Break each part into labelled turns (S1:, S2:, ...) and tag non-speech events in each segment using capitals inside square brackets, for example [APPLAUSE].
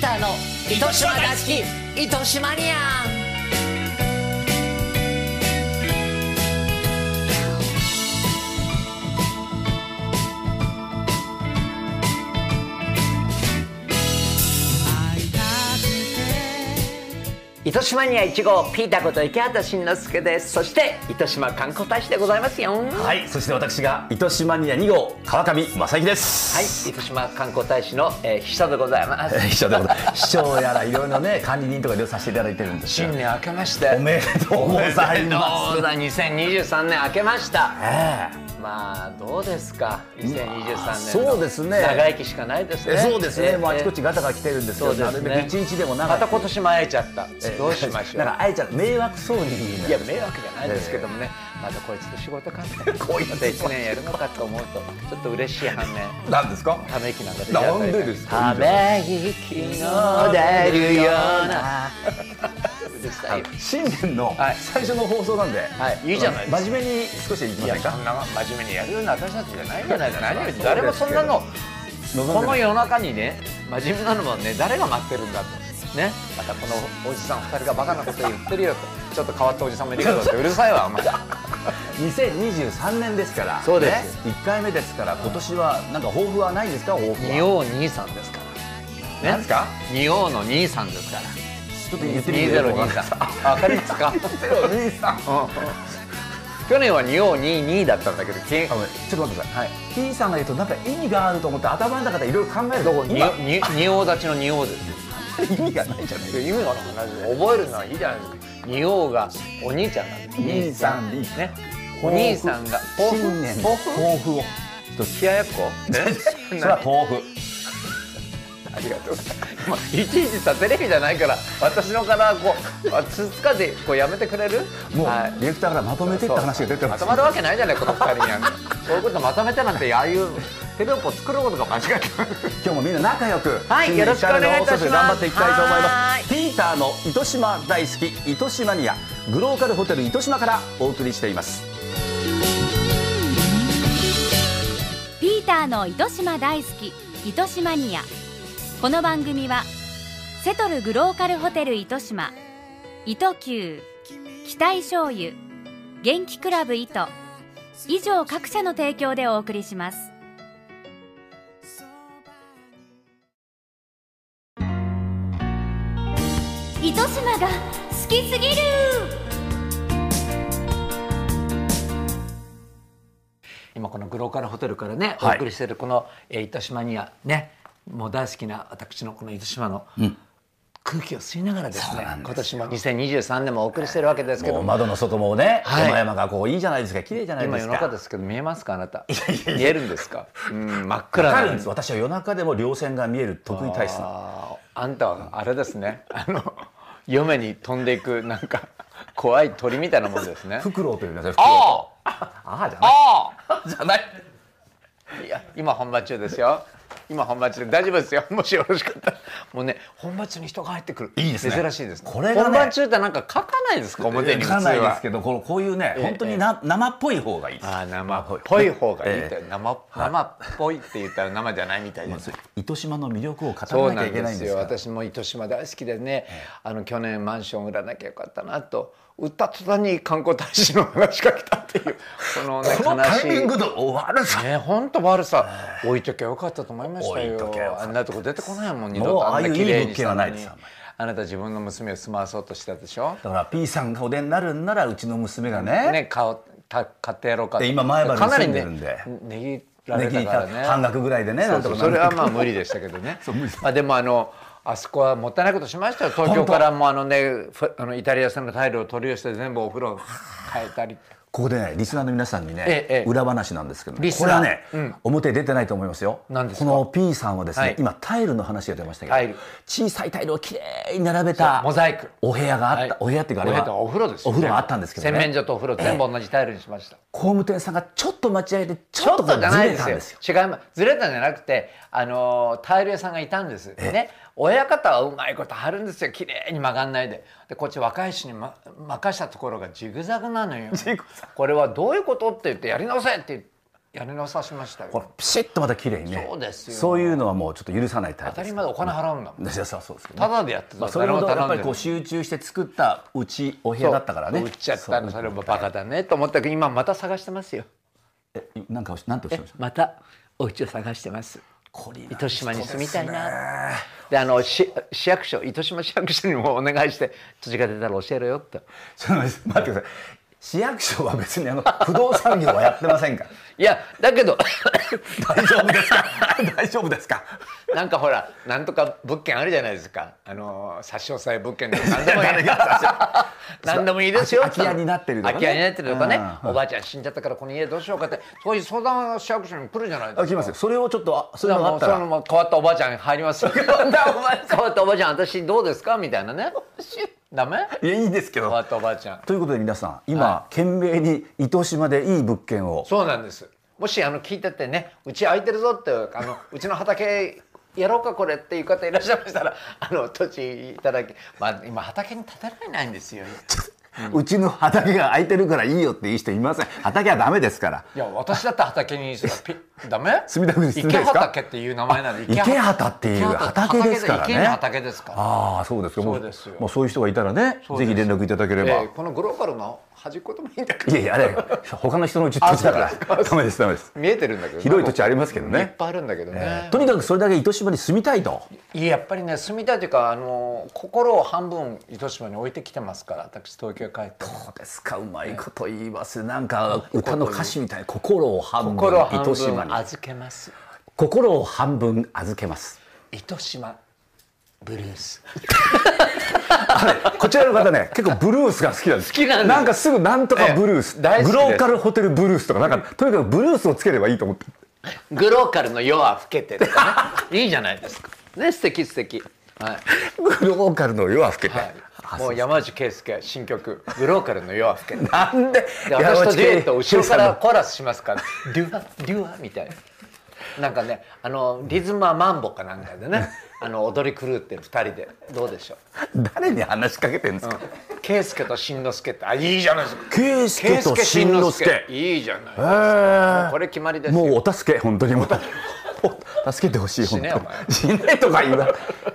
S1: ターの糸島大好き糸島ニアン糸島には1号ピータこと池畑慎之介ですそして糸島観光大使でございますよは
S2: はい、そして私が糸島ニア2号川上正樹です。
S1: い糸島観光大使の、えー、秘書でございます
S2: [LAUGHS] 秘書でございます。秘書やらいろいろね管理人とかいろいろさせていただいてるんです
S1: 新年明
S2: よ。 [LAUGHS]
S1: けまして
S2: おめでとうござい
S1: [LAUGHS] ど
S2: ま
S1: うだ2023年明けました
S2: す。え
S1: まあどうですか2023年の
S2: そうですね
S1: 長生きしかないです
S2: え
S1: ね
S2: そうですね、
S1: ええ
S2: もうあちこちガタが来てるんですけ
S1: そう
S2: ど、
S1: で
S2: な
S1: す
S2: る
S1: ね
S2: べく一日でも長
S1: ま
S2: く
S1: た今年も会えちゃったどうしましょう
S2: だからあえちゃん迷惑そうに
S1: いや迷惑じゃないですけどもねまたこいつと仕事かって
S2: こいつ
S1: また1年やるのかと思うとちょっと嬉しい反面
S2: なんですか
S1: ため息なんか出ちゃったり
S2: なんでですか
S1: ため息の出るようなうるさいよ
S2: 新年の
S1: はい
S2: 最初の放送なんで、
S1: はいいいじゃないですか
S2: 真面目に少しいき
S1: い
S2: ませ
S1: や
S2: ん
S1: そ
S2: か
S1: んな真面目にやるような私たちじゃないじゃないですか
S2: そうですけど
S1: 誰もそんなの
S2: 望んでない
S1: この世の中にね真面目なのもね誰が待ってるんだとねまたこのおじさん二人がバカなこと言ってるよとちょっと変わったおじさんもいるけどってうるさいわお前
S2: 2023年ですから
S1: そうです
S2: ね、1回目ですから今年はなんか抱負はないですか抱負は
S1: 二王兄さんですからね
S2: なんですか
S1: 二王の兄さんですから
S2: ちょっと言ってみて
S1: 2023わかります [LAUGHS] か
S2: 2023さん
S1: 去年は二王二二だったんだけど金
S2: あごめんちょっと待ってください、はい、P さんが言うとなんか意味があると思って頭の中でいろいろ考えるどこ
S1: 二王二二王立ちの二王ですよ
S2: 意味がないじゃない
S1: いや意味がなくないです覚えるのはいいじゃないですか二王がお兄ちゃんなんです
S2: 兄さんに
S1: ねお兄さんが抱負
S2: 新年
S1: 抱負
S2: 抱負を
S1: 冷ややっこ
S2: [LAUGHS] それは抱負
S1: ありがとうございますいちいちさテレビじゃないから私のからこうあつつかでこうやめてくれる
S2: もう、
S1: はい
S2: ディレクターからまとめてって話が出てま
S1: ますとまるわけないじゃないこの二人になんかそういうことまとめてなんてああいうテレポ作ることが間違え
S2: 今日もみんな仲良く、
S1: はい
S2: 新年
S1: よろしくお願いいたします
S2: チャレンジを頑張っていきたいと思いま
S1: は
S2: すピーターの糸島大好き糸島ニアグローカルホテル糸島からお送りしています
S3: ピーターの糸島大好き糸島ニアこの番組はセトルグローカルホテル糸島糸球期待醤油元気クラブ糸以上各社の提供でお送りします糸島が好きすぎる
S1: 今このグローカルホテルからね、
S2: はい
S1: お送りしてるこの、えー、糸島にはねもう大好きな私のこの糸島の空気を吸いながらですね、今年も2023年もお送りしてるわけですけ
S2: も
S1: ど
S2: う
S1: も
S2: 窓の外もね、
S1: はい
S2: 山々がこういいじゃないですか綺麗じゃないで
S1: 今
S2: す
S1: 夜
S2: か
S1: 中ですけど見えますかあなた
S2: やいやいや
S1: 見えるんですかうん真っ暗
S2: わか
S1: な
S2: るんです私は夜中でも稜線が見える得意体質な
S1: あーあんたはあれですね [LAUGHS] あの嫁に飛んでいくなんか怖い鳥みたいなもんですね
S2: フクロウという名前フク
S1: あ
S2: ロウああじゃない
S1: ああ
S2: じゃない
S1: いや今本番中ですよ今本番中で大丈夫ですよ [LAUGHS] もしよろしかったらもうね本番中に人が入ってくる
S2: いいですね
S1: 珍しいですね
S2: これがね
S1: 本番中ってなんか書かないですか表に
S2: い
S1: 普
S2: や
S1: 通は
S2: かないですけどこのこういうね
S1: ええ
S2: 本当にな生っぽい方がいいです
S1: あー生っぽい方がいいって、
S2: え
S1: 生生っぽいって言ったら生じゃないみたいです、
S2: 糸島の魅力を語
S1: そ
S2: ら
S1: う
S2: な
S1: なん
S2: きゃいけ
S1: で
S2: ないん
S1: す
S2: です
S1: よ
S2: から
S1: 私も糸島大好きでね、あの去年マンション売らなきゃよかったなと売った途端に観光大使の話が来たっていう
S2: [LAUGHS]
S1: このね
S2: この
S1: 悲
S2: タ
S1: し
S2: イ
S1: い
S2: ミングで終わるぞ
S1: ね、本当悪さ、置いときゃよかったと思いましたよ。
S2: 置いときゃよかった
S1: あんなとこ出てこないもん、二
S2: も
S1: 度
S2: う
S1: と
S2: ああ
S1: あんな
S2: いう
S1: 綺麗にしたの
S2: いい物件はないで
S1: に
S2: すあんまり。
S1: あなた自分の娘を住まわそうとしたでしょ。
S2: だから P さんがお出になるんならうちの娘がね
S1: ね、顔、た、買ってやろうかって。
S2: で今前原に
S1: かなり
S2: 住んでるんで
S1: ね、ねぎら
S2: 値
S1: れ
S2: 切
S1: た
S2: り
S1: から
S2: た
S1: ね。
S2: 半額ぐらいでね
S1: そ
S2: な
S1: うん
S2: と
S1: そう
S2: か
S1: それ
S2: な
S1: は
S2: んとか
S1: まあ無理でしたけど [LAUGHS] ね
S2: そう無理です
S1: まあでもあのあそこはもったいないことしましたよ東京からもあのねふあのイタリア産のタイルを取り寄せて全部お風呂変えたり
S2: ここでねリスナーの皆さんにね、
S1: ええええ
S2: 裏話なんですけど、
S1: リ
S2: ね、
S1: ス
S2: これ
S1: ナー
S2: はね、表に出てないと思いますよ
S1: 何ですか
S2: この P さんはですね、
S1: はい
S2: 今タイルの話が出ましたけど
S1: タイル
S2: 小さいタイルをきれいに並べた
S1: モザイク
S2: お部屋があった、
S1: はい
S2: お部屋っていうかあ
S1: お
S2: れ
S1: 部屋
S2: は
S1: とお風呂ですよ
S2: お風呂があったんですけど、ね、
S1: 洗面所とお風呂全部同じタイルにしました
S2: 工務店さんがちょっと待ち合いでち
S1: ち
S2: ょ
S1: ょ
S2: っ
S1: っ
S2: と
S1: と
S2: こう
S1: じ
S2: ず
S1: ゃない
S2: れ
S1: で
S2: た
S1: す
S2: んで
S1: よ
S2: すよ。
S1: 違います。ずれたんじゃなくて、あのータイル屋さんがいたんです。ね、親方はうまいこと貼るんですよ。綺麗に曲がんないで。で、こっち若い人に、ま、任したところがジグザグなのよ。これはどういうことって言ってやり直せって言ってやり直さしました
S2: これ
S1: よ
S2: ピシッとまた綺麗にね
S1: そうですよ
S2: そういうのはもうちょっと許さないタイ
S1: 当
S2: プ
S1: た
S2: です
S1: り前でお金払うんだもん、
S2: いやそうそうですけどね
S1: ただでやってた
S2: まあ、
S1: ら
S2: それ
S1: 誰
S2: ほ
S1: も
S2: どやっぱ
S1: 頼ん
S2: り
S1: で
S2: こ
S1: な
S2: う
S1: い
S2: 集中して作ったうちお部屋だったからね
S1: そう売っちゃったの
S2: そ
S1: そうれもバカだねと思ったけど今また探してますよ
S2: えなんかおしなんておっしゃいました
S1: またお家を探してます
S2: こり
S1: 糸島に住みたいなであのし市役所糸島市役所にもお願いして土地が出たら教えろよって
S2: ちょっと待ってください市役所は別にあの不動産業はやってませんから
S1: いやだけど
S2: [LAUGHS]
S1: [LAUGHS]
S2: 大丈夫ですか [LAUGHS] 大丈夫ですか
S1: なんかほらなんとか物件あるじゃないですかあの差し押さえ物件でも何でもいい
S2: 誰が差 [LAUGHS] し押
S1: 何でもいいですよ
S2: 空き家になってるとかね
S1: 空き家になってるとかね
S2: うん
S1: おばあちゃん死んじゃったからこの家どうしようかってそういう相談が市役所に来るじゃないですか
S2: あ来ますよそれをちょっとあそ
S1: そ
S2: れ
S1: れ
S2: があ
S1: も
S2: っ
S1: う
S2: た
S1: その
S2: ら
S1: もう変わったおばあちゃん入り [LAUGHS] ますよ変わったおばあちゃん変わったおばあちゃん私どうですかみたいなねダメ
S2: いやいいですけ
S1: 変
S2: ど
S1: わったおばあちゃん
S2: ということで皆さん今、懸命に糸島でいい物件を
S1: そうなんですもしあの聞いててねうち空いてるぞってあのうちの畑やろうかこれっていう方いらっしゃいましたら [LAUGHS] あの土地いただきまあ今畑に建てられないんですよ
S2: うちの畑が空いてるからいいよっていい人いません畑はダメですから
S1: いや私だって畑にすらピダメ
S2: 墨田区に住んでるんです
S1: 池
S2: か
S1: 畑っていう名前なんで
S2: 池畑っていう畑ですからね
S1: 池の畑ですから
S2: ああそうですかも
S1: そうですよ
S2: まあ、そういう人がいたらね
S1: そう
S2: ぜ
S1: です
S2: ひ連絡いただければ、
S1: ええこのグローバルの端っこともいいんだけ
S2: い
S1: ど
S2: やいやあれ他の人のうち土地だからダメですダメです
S1: 見えてるんだけど
S2: 広い土地ありますけど
S1: いっ
S2: ね
S1: ぱいあるんだけどね、
S2: とにかくそれだけ糸島に住みたいと
S1: いややっぱりね住みたいというかあの心を半分糸島に置いてきてますから私東京へ帰って
S2: そうですかうまいこと言いますなんか歌の歌詞みたいな心を半分
S1: 心を半
S2: 糸島
S1: 分
S2: に
S1: 預けます
S2: 心を半分預けます
S1: 糸島ブルース
S2: こちらの方
S1: [LAUGHS]
S2: ね、結構ブルースが好きなんです。
S1: 好きなんです
S2: なんかすぐなんとかブルース、
S1: ええ大好き
S2: グ
S1: です
S2: ローカルホテルブルースとか、なんかとにかくブルースをつければいいと思って。
S1: グローカルの夜は更けてとか [LAUGHS] ねいいじゃないですかね素敵素敵はい
S2: グローカルの夜は更けて。
S1: はい、もう山内圭介新曲「グローカルの夜は更けて」
S2: なんで
S1: で私とデュエットを後ろか
S2: 山
S1: ら
S2: 内
S1: コーラスしますから [LAUGHS] 「デュアデュア」みたいな。なんかねあのリズムはマンボかなんかでねあの踊り狂ってる2人でどうでしょ
S2: 誰に話しかけてんですか。
S1: う圭介としんのすけってあいいじゃないですか
S2: 圭介と新之助。
S1: いいじゃない
S2: へー
S1: これ決まりですよ
S2: もうお助け本
S1: [LAUGHS]
S2: 当にもう。お助けてほしい
S1: 死
S2: 本
S1: ね
S2: 当に。死ねとか言わ。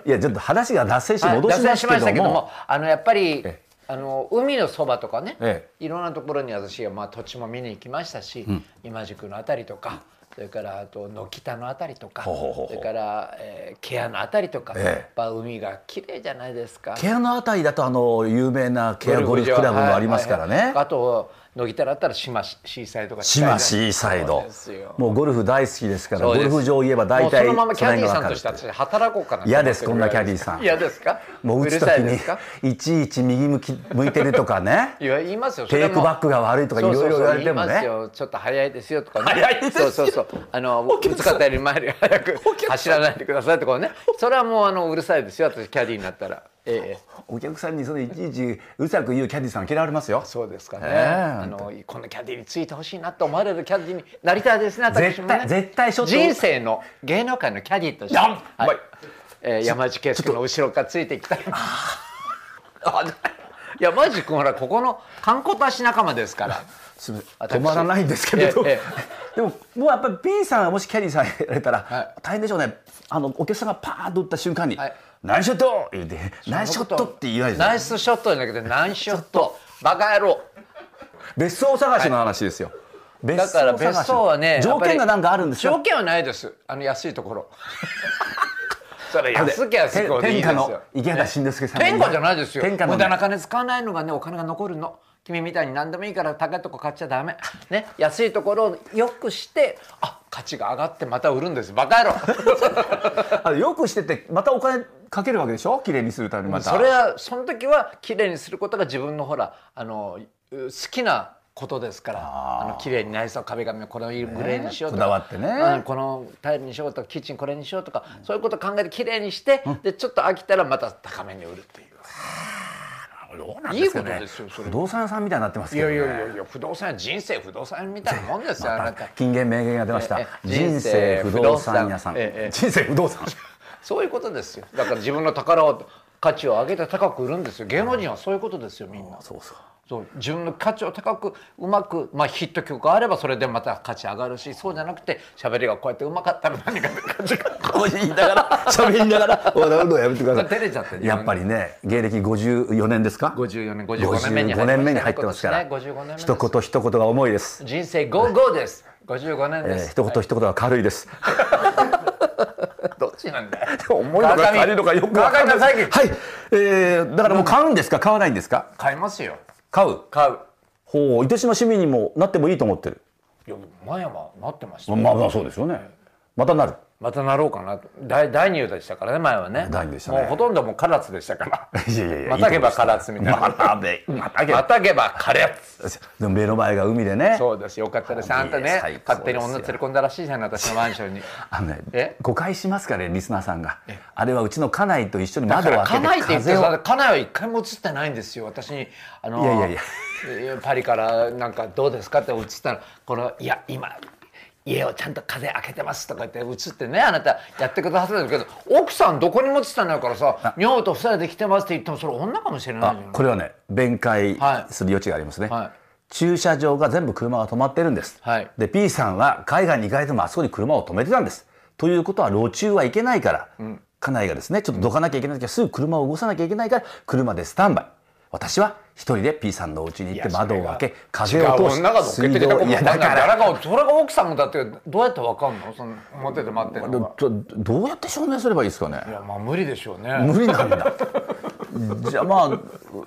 S2: いやちょっと話が脱線して
S1: はい
S2: 戻し
S1: 脱
S2: ま
S1: 線
S2: し
S1: した
S2: け
S1: まし
S2: ど
S1: たけど
S2: も
S1: も。あのやっぱり
S2: え
S1: あの海のそばとかね、
S2: え
S1: いろんなところに私はまあ土地も見に行きましたし、今宿のあたりとかそれからあと軒田のあたりとか
S2: ほうほうほう
S1: それから、えー、ケアのあたりとか、
S2: ええ
S1: やっぱ海が綺麗じゃないですか。
S2: ケアのあたりだとあの有名なケアゴルフクラブもありますから
S1: はいはい
S2: ね
S1: はい。あと乃木田だったら島シシーサイドが
S2: シマシーサイ
S1: そう
S2: ド
S1: ですよ
S2: もうゴルフ大好きですから
S1: そ
S2: ゴ
S1: うです
S2: ルフ場言えば大
S1: もう
S2: 体
S1: そのままキャディーさん
S2: その辺がわか
S1: と
S2: る
S1: して私働こうかなと思ってる
S2: 嫌ですこんなキャディーさん
S1: 嫌ですか
S2: もう打
S1: る
S2: つ
S1: さ
S2: 時
S1: いで
S2: に
S1: すか
S2: いちいち右向き向いてるとかね
S1: [LAUGHS] いや言いますよ
S2: テイクバックが悪いとかいろいろ言われても
S1: そうそうそう言いま
S2: ね
S1: すよちょっと早いですよとかね
S2: 早いですよ
S1: そうそうそうあのぶつかったより前より早く走らないでくださいとかねそれはもうあのうるさいですよ私キャディーになったらええ
S2: お客さんにそのいちいちうるさく言うキャディーさん嫌われますよ
S1: そうですかね、
S2: ええ
S1: あのこのキャディーについてほしいなと思われるキャディーになりたいですね私もね
S2: 絶対絶対ちょっと
S1: 人生の芸能界のキャディーとして、
S2: やん
S1: は
S2: ま
S1: い
S2: い
S1: えー、山内圭介の後ろからついていきたいあ山内君ほらここの観光大使仲間ですから
S2: すみま
S1: 私
S2: せん止まらないんですけれど、
S1: ええ
S2: [LAUGHS] でももうやっぱり B さんがもしキャディーさんやられたら、
S1: はい
S2: 大変でしょうねあのお客さんがパーンと打った瞬間に「
S1: はい
S2: ナイスショット!」言うて「ナイスショット!」って言われて
S1: ナイスショットじゃなくてナイスショットバカ野郎
S2: 別荘探しの話ですよ、別
S1: だから別荘はね
S2: 条件がなんかあるんです
S1: 条
S2: よ
S1: 件はないですあの安いところそれ安きゃ安くほどいいです
S2: 天下の
S1: よ
S2: 池畑慎之介さんが
S1: 天下じゃないですよ
S2: 天下の
S1: 無駄な金使わないのがねお金が残るの君みたいに何でもいいから高いとこ買っちゃダメね安いところをよくしてあ価値が上がってまた売るんですバカ野郎
S2: あよくしててまたお金かけるわけでしょ綺麗にするためにまた
S1: それはその時は綺麗にすることが自分のほらあのう好きなことですからあの綺麗になりそう壁紙をこの色グレーにしようとか、
S2: こだわってね
S1: うんこのタイルにしようとかキッチンこれにしようとか、そういうことを考えて綺麗にして、でちょっと飽きたらまた高めに売るっていう。
S2: どうなんですかね
S1: いいことですよそれ
S2: 不動産屋さんみたいになってます
S1: い
S2: けど、
S1: や
S2: ね、
S1: いやいやいや不動産屋人生不動産屋みたいなもんですよあなた
S2: 金言名言が出ました
S1: ええ
S2: 人生不動産屋さん
S1: ええええ
S2: 人生不動産
S1: そういうことですよだから自分の宝を価値を上げて高く売るんですよ芸能人はそういうことですよみんな
S2: そうそう
S1: そう自分の価値を高くうまく、まあ、ヒット曲があればそれでまた価値上がるしそうじゃなくて喋りがこうやってうまかったら何か価値が
S2: こう言いながら喋りながら笑うのやめてくださ
S1: 照
S2: い
S1: れちゃって
S2: やっぱりね芸歴54年ですか
S1: 54年55年目に入
S2: 55年目に入ってますから
S1: 今年ね55年目です
S2: 一言一言が重いです
S1: 人生ゴーゴーです55年
S2: え
S1: で
S2: ー
S1: す、
S2: 一言一言が軽いです
S1: どっちなんだよ
S2: 重いのか
S1: 川上
S2: 軽いのかよくわかんない
S1: 川上
S2: は
S1: 正
S2: いえーだからもう買うんですか買わないんですか
S1: 買いますよ
S2: 買う
S1: 買う
S2: ほう糸島市民にもなってもいいと思ってる
S1: いや前はなってました
S2: まあまあそうですよねまたなる
S1: またなろうかなと大大乳でしたからね前はね
S2: 大乳でしたね
S1: もうほとんどもうカラツでしたから
S2: [LAUGHS] [LAUGHS] いやいやいや
S1: またげばカラツみたいな、
S2: またべまたげ
S1: またげばカレツ
S2: でも目の前が海
S1: [LAUGHS]
S2: でね
S1: そうですよかったですあんた
S2: いいえ
S1: ね
S2: 最高ですよ
S1: 勝手に女連れ込んだらしいじゃん私のマンション [LAUGHS] に
S2: あのね
S1: え
S2: 誤解しますかねリスナーさんがあれはうちの家内と一緒に窓を
S1: 家
S2: 開け
S1: 内
S2: て
S1: って言って
S2: 風を
S1: さ家内は一回も映ってないんですよ私にあの
S2: いやいやいや
S1: えーパリからなんかどうですかって映ったらこのいや今家をちゃんと風開けてますとか言って映ってねあなたやってくださってるけど奥さんどこにも映ってないからさ女房と二人で来てますって言ってもそれ女かもしれないじゃ
S2: あ
S1: ん
S2: これはね弁解
S1: はい
S2: する余地がありますね、
S1: はい
S2: 駐車場が全部車が止まってるんです、
S1: はい
S2: で P さんは海外に行かれてもあそこに車を止めてたんですということは路中はいけないから、家内がですねちょっとどかなきゃいけない時はすぐ車を動さなきゃいけないから車でスタンバイ私は一人で P さんのお家に行って
S1: いやそ
S2: 窓
S1: れ
S2: を
S1: が
S2: 開け
S1: 違
S2: 風
S1: う
S2: を通
S1: 女が乗っ
S2: し
S1: けてきたかも
S2: い
S1: わ
S2: や
S1: かんな
S2: だ
S1: いか
S2: からら
S1: それが奥さんもだってどうやってわかんのその表で待ってるのが
S2: どどうやって証明すればいいですかね
S1: いやまあ無理でしょうね
S2: 無理なんだ。じゃあま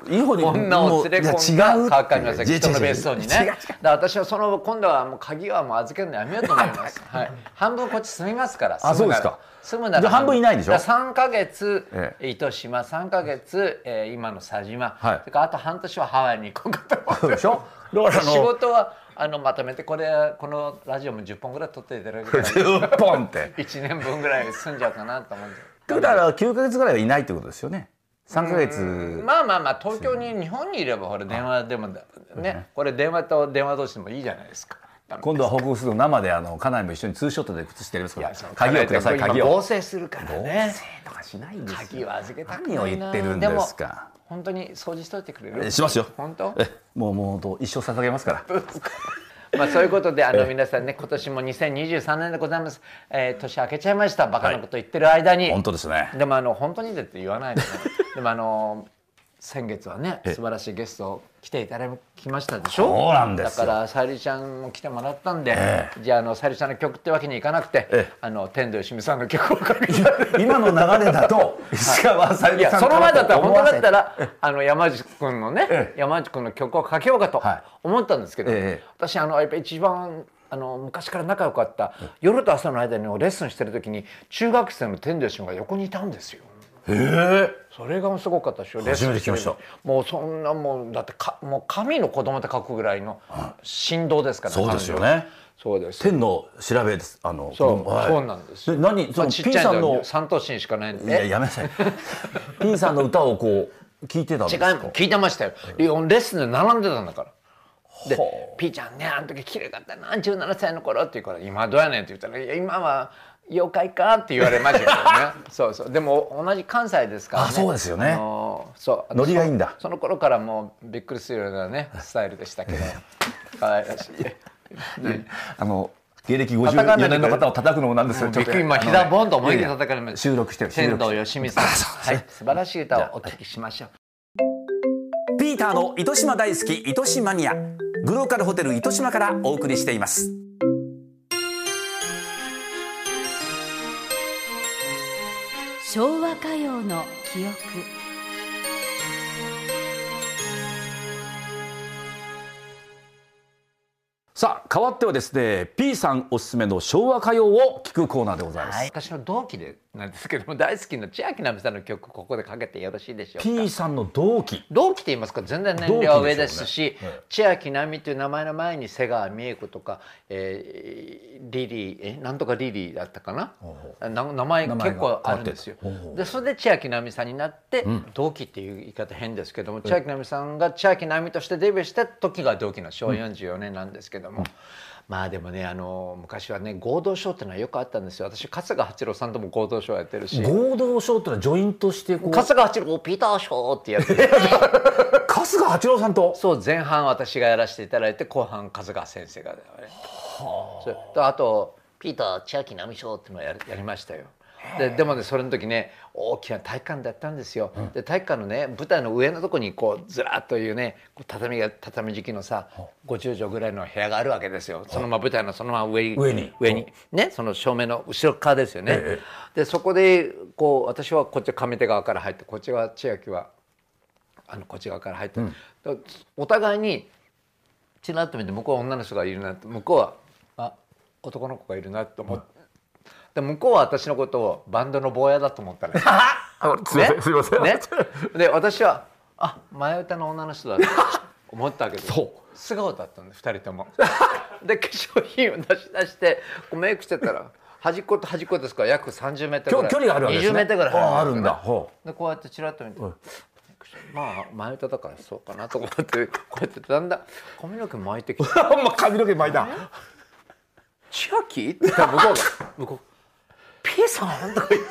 S2: あいい方に
S1: 女を連れ込んだ
S2: もういや違う
S1: 川上正樹人の別荘にね
S2: 違う違う違う
S1: だから私はその今度はもう鍵はもう預けるのやめようと思います、はい、半分こっち住みますから
S2: あ
S1: 住むなら
S2: そうですか
S1: 住むなら
S2: じゃあ半分いないでしょ
S1: だから3か月、
S2: え
S1: 糸島3か月、えー今の佐島、
S2: はい
S1: それからあと半年はハワイに行こうかと思って
S2: そうでしょだ [LAUGHS] からあ
S1: 仕
S2: の
S1: 事はあのまとめてこれこのラジオも10本ぐらい撮っていただけたら
S2: 10本って
S1: 1年分ぐらい済んじゃうかなと思うんで
S2: だから9ヶ月ぐらいはいないってことですよね3ヶ月
S1: まあまあまあ東京に日本にいればほら電話でもだねこれ電話と電話同士でもいいじゃないですか。
S2: 今度は報告すると生であの家内も一緒にツーショットで写してやりますから鍵をください
S1: 今
S2: 鍵を
S1: 合成するからね。
S2: とかしないですよ
S1: 鍵は預けたくない
S2: 何
S1: な。
S2: を言ってるんですか
S1: も本当に掃除しといてくれる？
S2: えしますよ
S1: 本当？
S2: えもうもう本当一生捧げますから
S1: まあそういうことであの皆さんね今年も2023年でございます。えー、年明けちゃいました。バカなこと言ってる間に。
S2: 本当ですね
S1: でもあの本当にでって言わないでね。 [LAUGHS] でもあの先月はね素晴らしいゲスト来ていただきましたでしょ。
S2: そうなんですよ
S1: だからさゆりちゃんも来てもらったんで、
S2: え
S1: じゃああのさゆりちゃんの曲ってわけにいかなくて、
S2: ええ
S1: あの天童よしみさんの曲をかけて。
S2: 今の流れだと石川さ
S1: い
S2: ゆり
S1: や
S2: さん
S1: そ
S2: か
S1: の前だったら
S2: と
S1: 本
S2: 思わ
S1: 当だ
S2: せ
S1: ったらあの山内君のね
S2: え
S1: 山内君の曲をかけようかと
S2: はい
S1: 思ったんですけど、
S2: ええ
S1: 私あのやっぱ一番あの昔から仲良かった夜と朝の間にレッスンしてる時に中学生の天童よしみが横にいたんですよ。それがすごかったですよ。
S2: 初めて聞きました
S1: レッスンしてる時もうそんなもうだってかもう神の子供って書くぐらいの振動ですから、
S2: そうですよ
S1: 彼女は
S2: ね。
S1: そうです。
S2: 天の調べです。あの、
S1: そう、
S2: はい
S1: そうなんですよ。
S2: 何、そ
S1: まあ
S2: の
S1: ちっ
S2: P
S1: ちゃい
S2: さ
S1: ん
S2: ん
S1: だよ
S2: の、
S1: 三等身しかないんで。
S2: いや、やめなさい。P さんの歌をこう、聞いてたん
S1: 違
S2: です
S1: う
S2: か。
S1: 聞いてましたよレッスンで並んでたんだから。で
S2: ほ
S1: 「ピーちゃんねあの時綺麗だったな17歳の頃」って言うから「今どうやねん」って言ったら「いや今は妖怪か」って言われましたけど
S2: [LAUGHS]
S1: ねそうそうでも同じ関西ですからね
S2: あそうですよね
S1: あのーそうあと
S2: ノリがいいんだ
S1: その頃からもうびっくりするようなねスタイルでしたけど可愛らしい。
S2: あの、芸歴
S1: 叩かな
S2: 54
S1: いで
S2: 年の方を叩くのもなんですよ。
S1: びっくり今膝ボンと思いっきり叩かれま
S2: る。
S1: した
S2: 収録してる。収
S1: 天
S2: 録
S1: 童
S2: してる
S1: よしみさん、はい、素晴らしい歌をお聞きしましょう。
S2: ピーターの糸島大好き糸島ニアグローカルホテル糸島からお送りしています
S3: 昭和歌謡の記憶
S2: さあ変わってはですね P さんおすすめの昭和歌謡を聞くコーナーでございます、
S1: 私の同期でなんですけども大好きな千秋奈美さんの曲ここでかけてよろしいでしょうか
S2: P さんの同期
S1: 同期って言いますか全然年齢は
S2: 同期
S1: 上
S2: で
S1: で
S2: しょうね
S1: すし千秋奈美という名前の前に瀬川美恵子とか、えーリリーえなんとかリリーだったかなな名前
S2: 名前が
S1: 結構あるんですよ
S2: 変わってるほうほう
S1: でそれで千秋奈美さんになって、同期っていう言い方変ですけども千秋奈美さんが千秋奈美としてデビューした時が同期の昭和44年なんですけども。まあでもねあの昔はね合同賞っていうのはよくあったんですよ私春日八郎さんとも合同賞やってるし
S2: 合同賞というのはジョイントしてこう
S1: 春日八郎ピーター賞ってやって
S2: 春日八郎さんと
S1: そう前半私がやらせていただいて後半春日先生が、ね、それとあと「ピーター千秋直美賞」っていうのをやりやりましたよ。ででもねそれの時ね大きな体育館だったんですよ、で体育館のね舞台の上のとこにこうずらっというねこう畳が畳敷きのさ50畳ぐらいの部屋があるわけですよそのまま舞台のそのまま上に
S2: 上に
S1: 上にねその照明の後ろ側ですよね、
S2: え
S1: でそこでこう私はこっち上手側から入ってこっちは千秋はあのこっち側から入って、だお互いにちらっと見て向こうは女の人がいるなって向こうはあ男の子がいるなと思って、で向こうは私のことをバンドの坊やだと思ったね。
S2: あすいませんすいません
S1: ね、で私はあ前歌の女の人だと思ったわけです
S2: そう
S1: 素顔だったんで2人と
S2: [LAUGHS]
S1: もで化粧品を出し出してこうメイクしてたら端っこと端っこですから約30メートル
S2: 距
S1: ぐらい
S2: 距離があるわけです
S1: 20
S2: ね
S1: メートルぐらい
S2: ああ
S1: 離れ
S2: る
S1: て
S2: んだほ
S1: でこうやってちらっと見て、まあ前歌だからそうかなと思ってこうやってだんだん髪の毛巻いてきて
S2: う [LAUGHS] ほんま髪の毛巻いた
S1: 「千秋?」って言ったら向こうが「向こうピーさん?」とか言って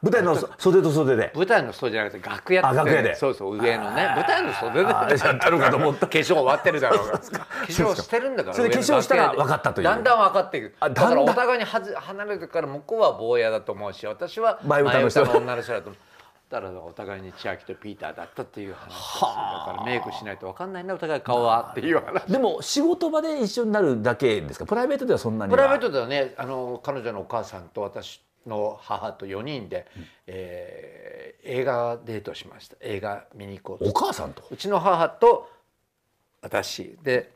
S2: 舞台のそ袖と袖で
S1: 舞台の袖じゃなくて楽屋って
S2: あ楽屋で
S1: そうそう上のね舞台の袖で
S2: あやってるかと思った
S1: 化粧終わってるだろうが化
S2: そう
S1: 粧
S2: ですか
S1: してるんだから
S2: それで化粧したら分かったという
S1: だんだん分かっていく
S2: あ
S1: だ
S2: だんだん
S1: からお互いにはず離れてから向こうは坊やだと思うし私は
S2: 前歌の人
S1: 前女の人だと思うだからお互いに千秋とピーターだったっていう話ですよだからメイクしないと分かんないなお互い顔はっていう話
S2: でも仕事場で一緒になるだけですかプライベートではそんなに
S1: プ
S2: は
S1: ライベートではねあの彼女のお母さんと私の母と4人で、えー映画デートしました映画見に行こう
S2: お母さんと
S1: うちの母と私で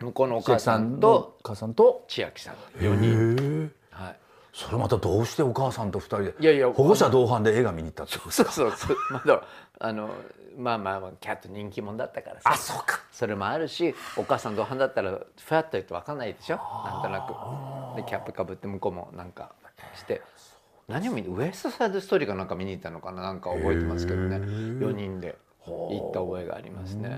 S1: 向こうのお母さんと
S2: お母さんと
S1: 千秋さんと
S2: へ
S1: 4人、
S2: え
S1: はい、
S2: それまたどうしてお母さんと二人で
S1: いやいや
S2: 保護者同伴で映画見に行ったってことで
S1: そ
S2: す
S1: う
S2: か
S1: そうそうまだあのまあまあまあキャット人気者だったからさ
S2: あそうか
S1: それもあるしお母さん同伴だったらふわっと言うと分かんないでしょなんとなくでキャップかぶって向こうもなんかして何を見にウエストサイドストーリーかなんか見に行ったのかななんか覚えてますけどね
S2: へー
S1: 4人で行った覚えがありますね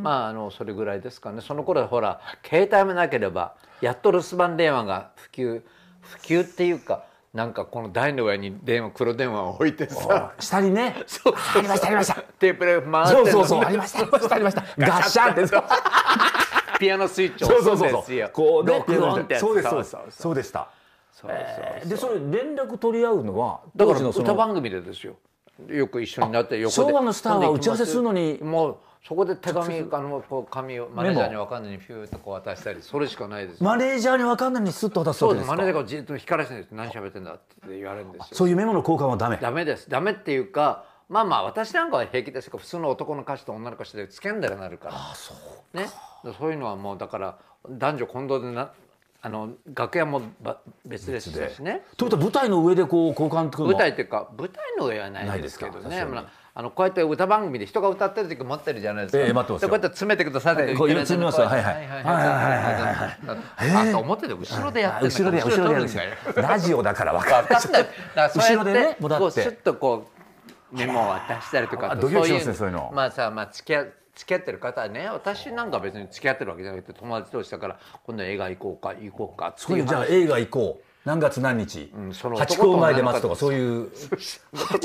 S1: まああのそれぐらいですかねその頃はほら携帯もなければやっと留守番電話が普及普及っていうかなんかこの台の上に電話黒電話を置いてさ
S2: 下にね
S1: そうそうそう
S2: ありましたありました
S1: テープで回って
S2: そ
S1: る
S2: う
S1: の
S2: そうそうありましたありましたありましたガシャンってそう
S1: ピアノスイッチを
S2: そうそ
S1: 押
S2: う
S1: すんで
S2: そうそ
S1: すよ
S2: う。こうね
S1: 録音ってやつ
S2: そうですそうで
S1: そ
S2: す
S1: うそう
S2: そうでした
S1: そうそうそう
S2: でそれ連絡取り合うのは
S1: だか
S2: 当時
S1: ら
S2: のその
S1: 歌番組でですよよく一緒になって横で
S2: 昭和のスターは打ち合わせするのに
S1: もうそこで手紙あのこう紙をマネージャーにわかんないようにピューッとこう渡したりそれしかないですよ
S2: マネージャーに分かんないようにスッと渡す
S1: そ
S2: わ
S1: うで
S2: けですすか
S1: マネージャーがじっと光らせてるんです何喋ってんだって言われるんですよ
S2: そういうメモの交換はダメ
S1: ダメですダメっていうかまあまあ私なんかは平気ですけど普通の男の歌手と女の歌手でつけんだらなるから
S2: あそう
S1: ね、そういうのはもうだから男女混同でなあの楽屋もば別ですしね
S2: ということは舞台の上でこう交換ってこと
S1: 舞台っていうか舞台の上はないですけど
S2: ないで
S1: ね
S2: すか
S1: まああのこうやって歌番組で人が歌ってる時持ってるじゃないですか、
S2: ええ待ってます
S1: で
S2: よ
S1: こうやって詰めてくださいって
S2: はいこう
S1: 言ってる
S2: 詰めますよはいはい
S1: はいはいあと表で後ろでやってんだ
S2: 後ろで後ろでやるんです
S1: 後
S2: よ
S1: ろで撮るんだよ
S2: ラジオだから [LAUGHS] 分か
S1: わ [LAUGHS]
S2: る
S1: かんないだからそうや
S2: 後ろ
S1: っ
S2: で
S1: て
S2: ねもうだって
S1: こうスッとこうメモを渡したりとか
S2: あ
S1: と
S2: ドキドキしますねそういうの
S1: まあさまあ付き合付き合ってる方はね私なんか別に付き合ってるわけじゃなくて友達同士だから今度映画行こうか行こうかって
S2: そ
S1: いう
S2: いう
S1: う
S2: じゃあ
S1: 話
S2: 映画行こう何月何日
S1: んその
S2: 八公前で待つとかそういう
S1: そこで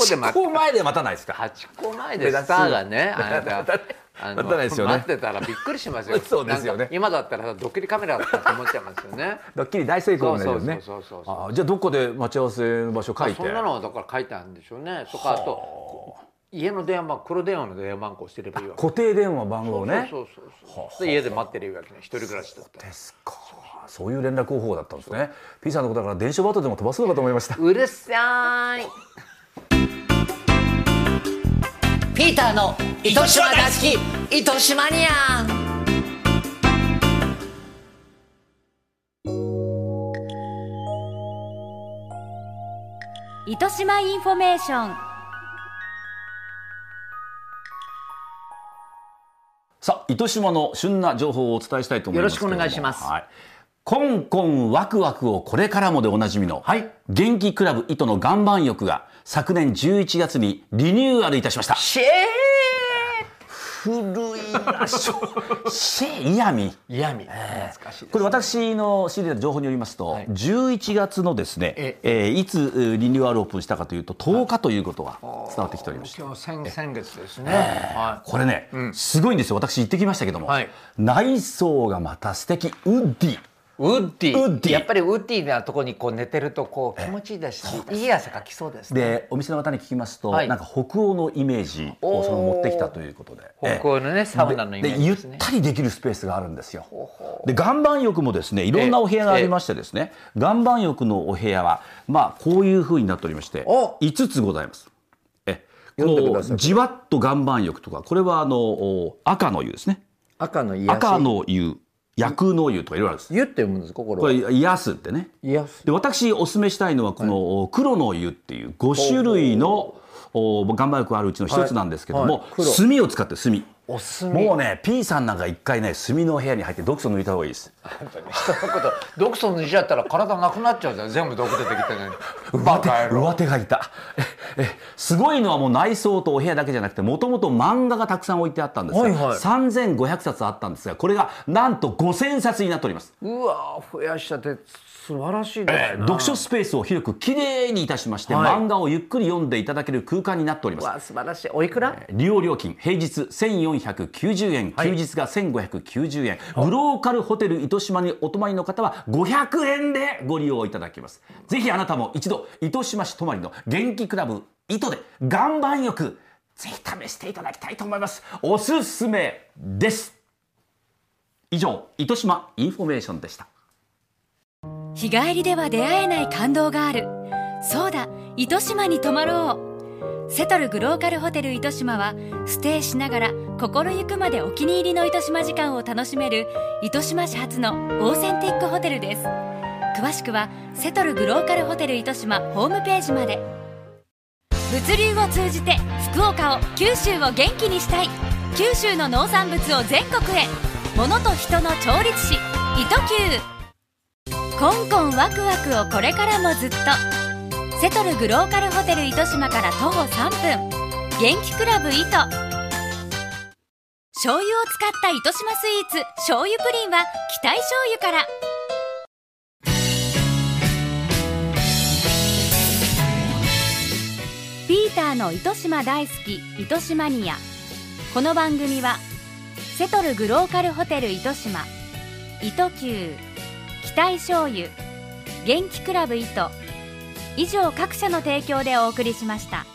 S2: 八
S1: 待
S2: 公前で待たないですか
S1: 八個前でスターが
S2: [LAUGHS]
S1: ねあなたあの
S2: 待たないですよね
S1: 待ってたらびっくりしますよ
S2: [LAUGHS] そうですよね
S1: なんか今だったらさドッキリカメラだったって思っちゃいますよね
S2: ドッキリ大成功になるよね
S1: そうそうそうそうそう
S2: あーじゃあどこで待ち合わせの場所書いて
S1: そんなのはだから書いてあるんでしょうねとかあと家の電話番黒電話の電話番号をしてればいいわけ
S2: 固定電話番号ね
S1: そうそうそうそうで家で待ってるわけね一人暮らしだったら
S2: ですかそういう連絡方法だったんですね P さんのことだから電車バトでも飛ばすのかと思いました
S1: うるさーい
S4: ピーターの糸島大好き糸島ニアン
S3: 糸島インフォメーション
S2: [LAUGHS] さあ糸島の旬な情報をお伝えしたいと思いますけれども
S1: よろしくお願いします
S2: はいコンコンワクワクをこれからもでおなじみの、
S1: はい
S2: 元気クラブ糸の岩盤浴が昨年11月にリニューアルいたしました。
S1: シェ
S2: 古いな、しょシェー、イヤミ。
S1: 嫌味懐かしいです
S2: [LAUGHS] これ私の仕入れた情報によりますと、11月のですね、え
S1: え
S2: ーいつえーリニューアルオープンしたかというと10日ということが伝わってきておりました。
S1: 今日先先月ですねは
S2: これね、すごいんですよ私行ってきましたけども、
S1: はい
S2: 内装がまた素敵ウッディ
S1: いウッディ
S2: ウッディ
S1: やっぱりウッディなとこにこう寝てるとこう気持ちいいですしいい汗かきそうですね
S2: でお店の方に聞きますと、
S1: はい
S2: なんか北欧のイメージをその持ってきたということで
S1: 北欧のねサウナのイメージです
S2: ゆっ
S1: ね
S2: たりできるスペースがあるんですよで岩盤浴もですねいろんなお部屋がありましてですね、岩盤浴のお部屋はまあこういうふうになっておりまして
S1: お
S2: 5つございますえこ
S1: 読んでくださ
S2: の
S1: い
S2: じわっと岩盤浴とかこれはあのお赤の湯ですね
S1: 赤の癒やし
S2: 赤の湯薬の湯とかいろいろあるんです
S1: 湯って読むんですかこれ
S2: こ
S1: は
S2: れ癒すってね
S1: 癒す
S2: で私お勧めしたいのはこの黒の湯っていう5種類のお岩盤浴あるうちの一つなんですけども、
S1: はいはい黒
S2: 炭を使って炭
S1: おすみ
S2: もうね P さんなんか一回ね炭のお部屋に入って毒素抜いた方がいいです
S1: 人のこと毒素抜いちゃったら体なくなっちゃうじゃん全部毒出てきて [LAUGHS] ねバカ野郎
S2: 上手がいたええすごいのはもう内装とお部屋だけじゃなくてもともと漫画がたくさん置いてあったんですが、
S1: はいはい
S2: 3500冊あったんですがこれがなんと5000冊になっております
S1: うわ増やしちゃって素晴らしいですね
S2: 読書スペースを広くきれいにいたしまして、
S1: はい
S2: 漫画をゆっくり読んでいただける空間になっております
S1: わ素晴らしいおいくら
S2: 利用料金平日1490円、休日が1590円グローカルホテル糸島にお泊まりの方は500円でご利用いただけますぜひあなたも一度糸島市泊まりの元気クラブ糸で岩盤浴ぜひ試していただきたいと思いますおすすめです以上糸島インフォメーションでした
S3: 日帰りでは出会えない感動があるそうだ糸島に泊まろうセトルグローカルホテル糸島はステイしながら心ゆくまでお気に入りの糸島時間を楽しめる糸島市発のオーセンティックホテルです詳しくはセトルグローカルホテル糸島ホームページまで物流を通じて福岡を九州を元気にしたい九州の農産物を全国へ物と人の調律師糸球コンコンワクワクをこれからもずっとセトルグローカルホテル糸島から徒歩3分元気クラブ糸醤油を使った糸島スイーツ醤油プリンは期待醤油からピーターの糸島大好き糸島ニアこの番組はセトルグローカルホテル糸島糸球期待醤油元気クラブ糸以上各社の提供でお送りしました。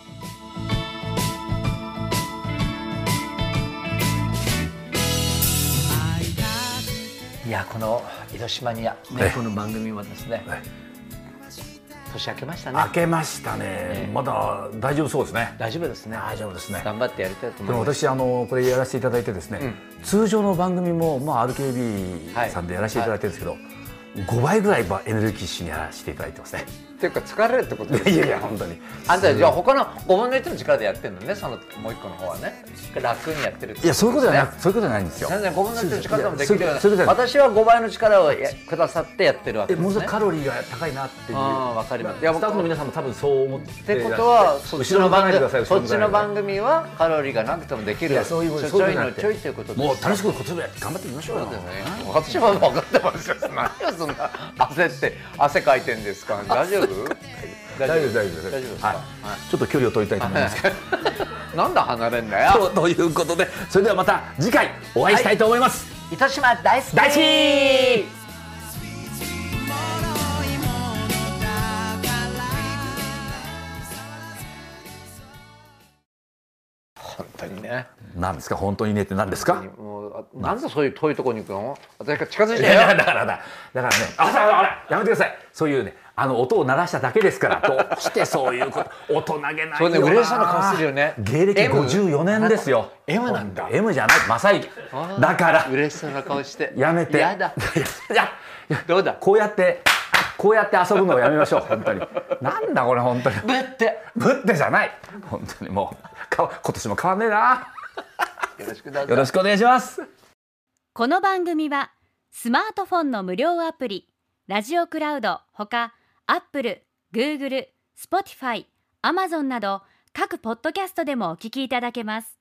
S1: いやこの糸島にや、
S2: ええ
S1: ね、この番組もですね、
S2: え
S1: 年明けましたね
S2: 開けましたねまだ大丈夫そうですね
S1: 大丈夫ですね
S2: 大丈夫ですね
S1: 頑張ってやりたいと
S2: でも
S1: 思います
S2: 私あのこれやらせていただいてですね、通常の番組も、まあ、RKB さんでやらせていただいてるんですけど、5倍ぐらいばエネルギッシュにやらせていただいてますね
S1: っていうか疲れるってことです
S2: いやいや本当に
S1: あんたじゃあ他の5分の1の力でやってるのねそのもう一個の方はね楽にやってるってことですね
S2: いやそういうことじゃなくそういうことじゃないんですよ
S1: 全然5分の1の力でもできるよう
S2: それそれ
S1: な
S2: それ
S1: 私は5倍の力をやくださってやってるわけ
S2: え
S1: です
S2: ものすご
S1: ね
S2: くカロリーが高いなっていう
S1: あーわかります
S2: いやスタッフの皆さんも多分そう思ってっ
S1: ってことはそっち
S2: 後
S1: の
S2: ろ向か
S1: 番
S2: ないでください
S1: 組そ
S2: 後ろ
S1: っ
S2: 向
S1: ち
S2: かない
S1: の
S2: で
S1: 番組はカロリーがなくてもでき
S2: い
S1: る
S2: やそういうこと
S1: ちょ
S2: そう
S1: ち
S2: い
S1: ょ
S2: うこと
S1: い
S2: じゃな
S1: の
S2: くて
S1: ちょいということです
S2: もう楽しくコツで頑張っていきましょうよ
S1: そうですね。私は分かってますよ。何をそんな焦って汗かいてんですか。大丈夫？
S2: 大丈夫です大丈夫です
S1: 大丈夫ですか。
S2: はいちょっと距離を取りたいと思いますけど
S1: なんだ離れんだよ。
S2: ということでそれではまた次回お会いしたいと思います、
S1: 糸島大好き。
S2: 大好き
S1: 本当にね。
S2: なんですか本当にねって何ですか
S1: もうあなんでそういう遠いところに行くの？私が近づい
S2: い
S1: てよ。
S2: やだからだだからねあだからあらやめてくださいそういうねあの音を鳴らしただけですからどうしてそうい
S1: [LAUGHS]
S2: うこと大人げない
S1: そうね
S2: よな
S1: 嬉しそうな顔するよね
S2: 芸歴
S1: M？
S2: 54年ですよ
S1: M なんだ
S2: M じゃない正幸
S1: あー
S2: だから
S1: 嬉しそうな顔して。
S2: やめて
S1: やだ。
S2: [LAUGHS] いやいや
S1: どうだ。
S2: こうやってこうやって遊ぶのをやめましょう本当になんだこれ本当に
S1: ぶって。よ
S2: ぶってじゃない本当にもうか今年も変わんねえな
S1: ろしくどうぞ
S2: よろしくお願いします
S3: この番組はスマートフォンの無料アプリ「ラジオクラウド」ほか Apple、Google、Spotify、Amazon など各ポッドキャストでもお聞きいただけます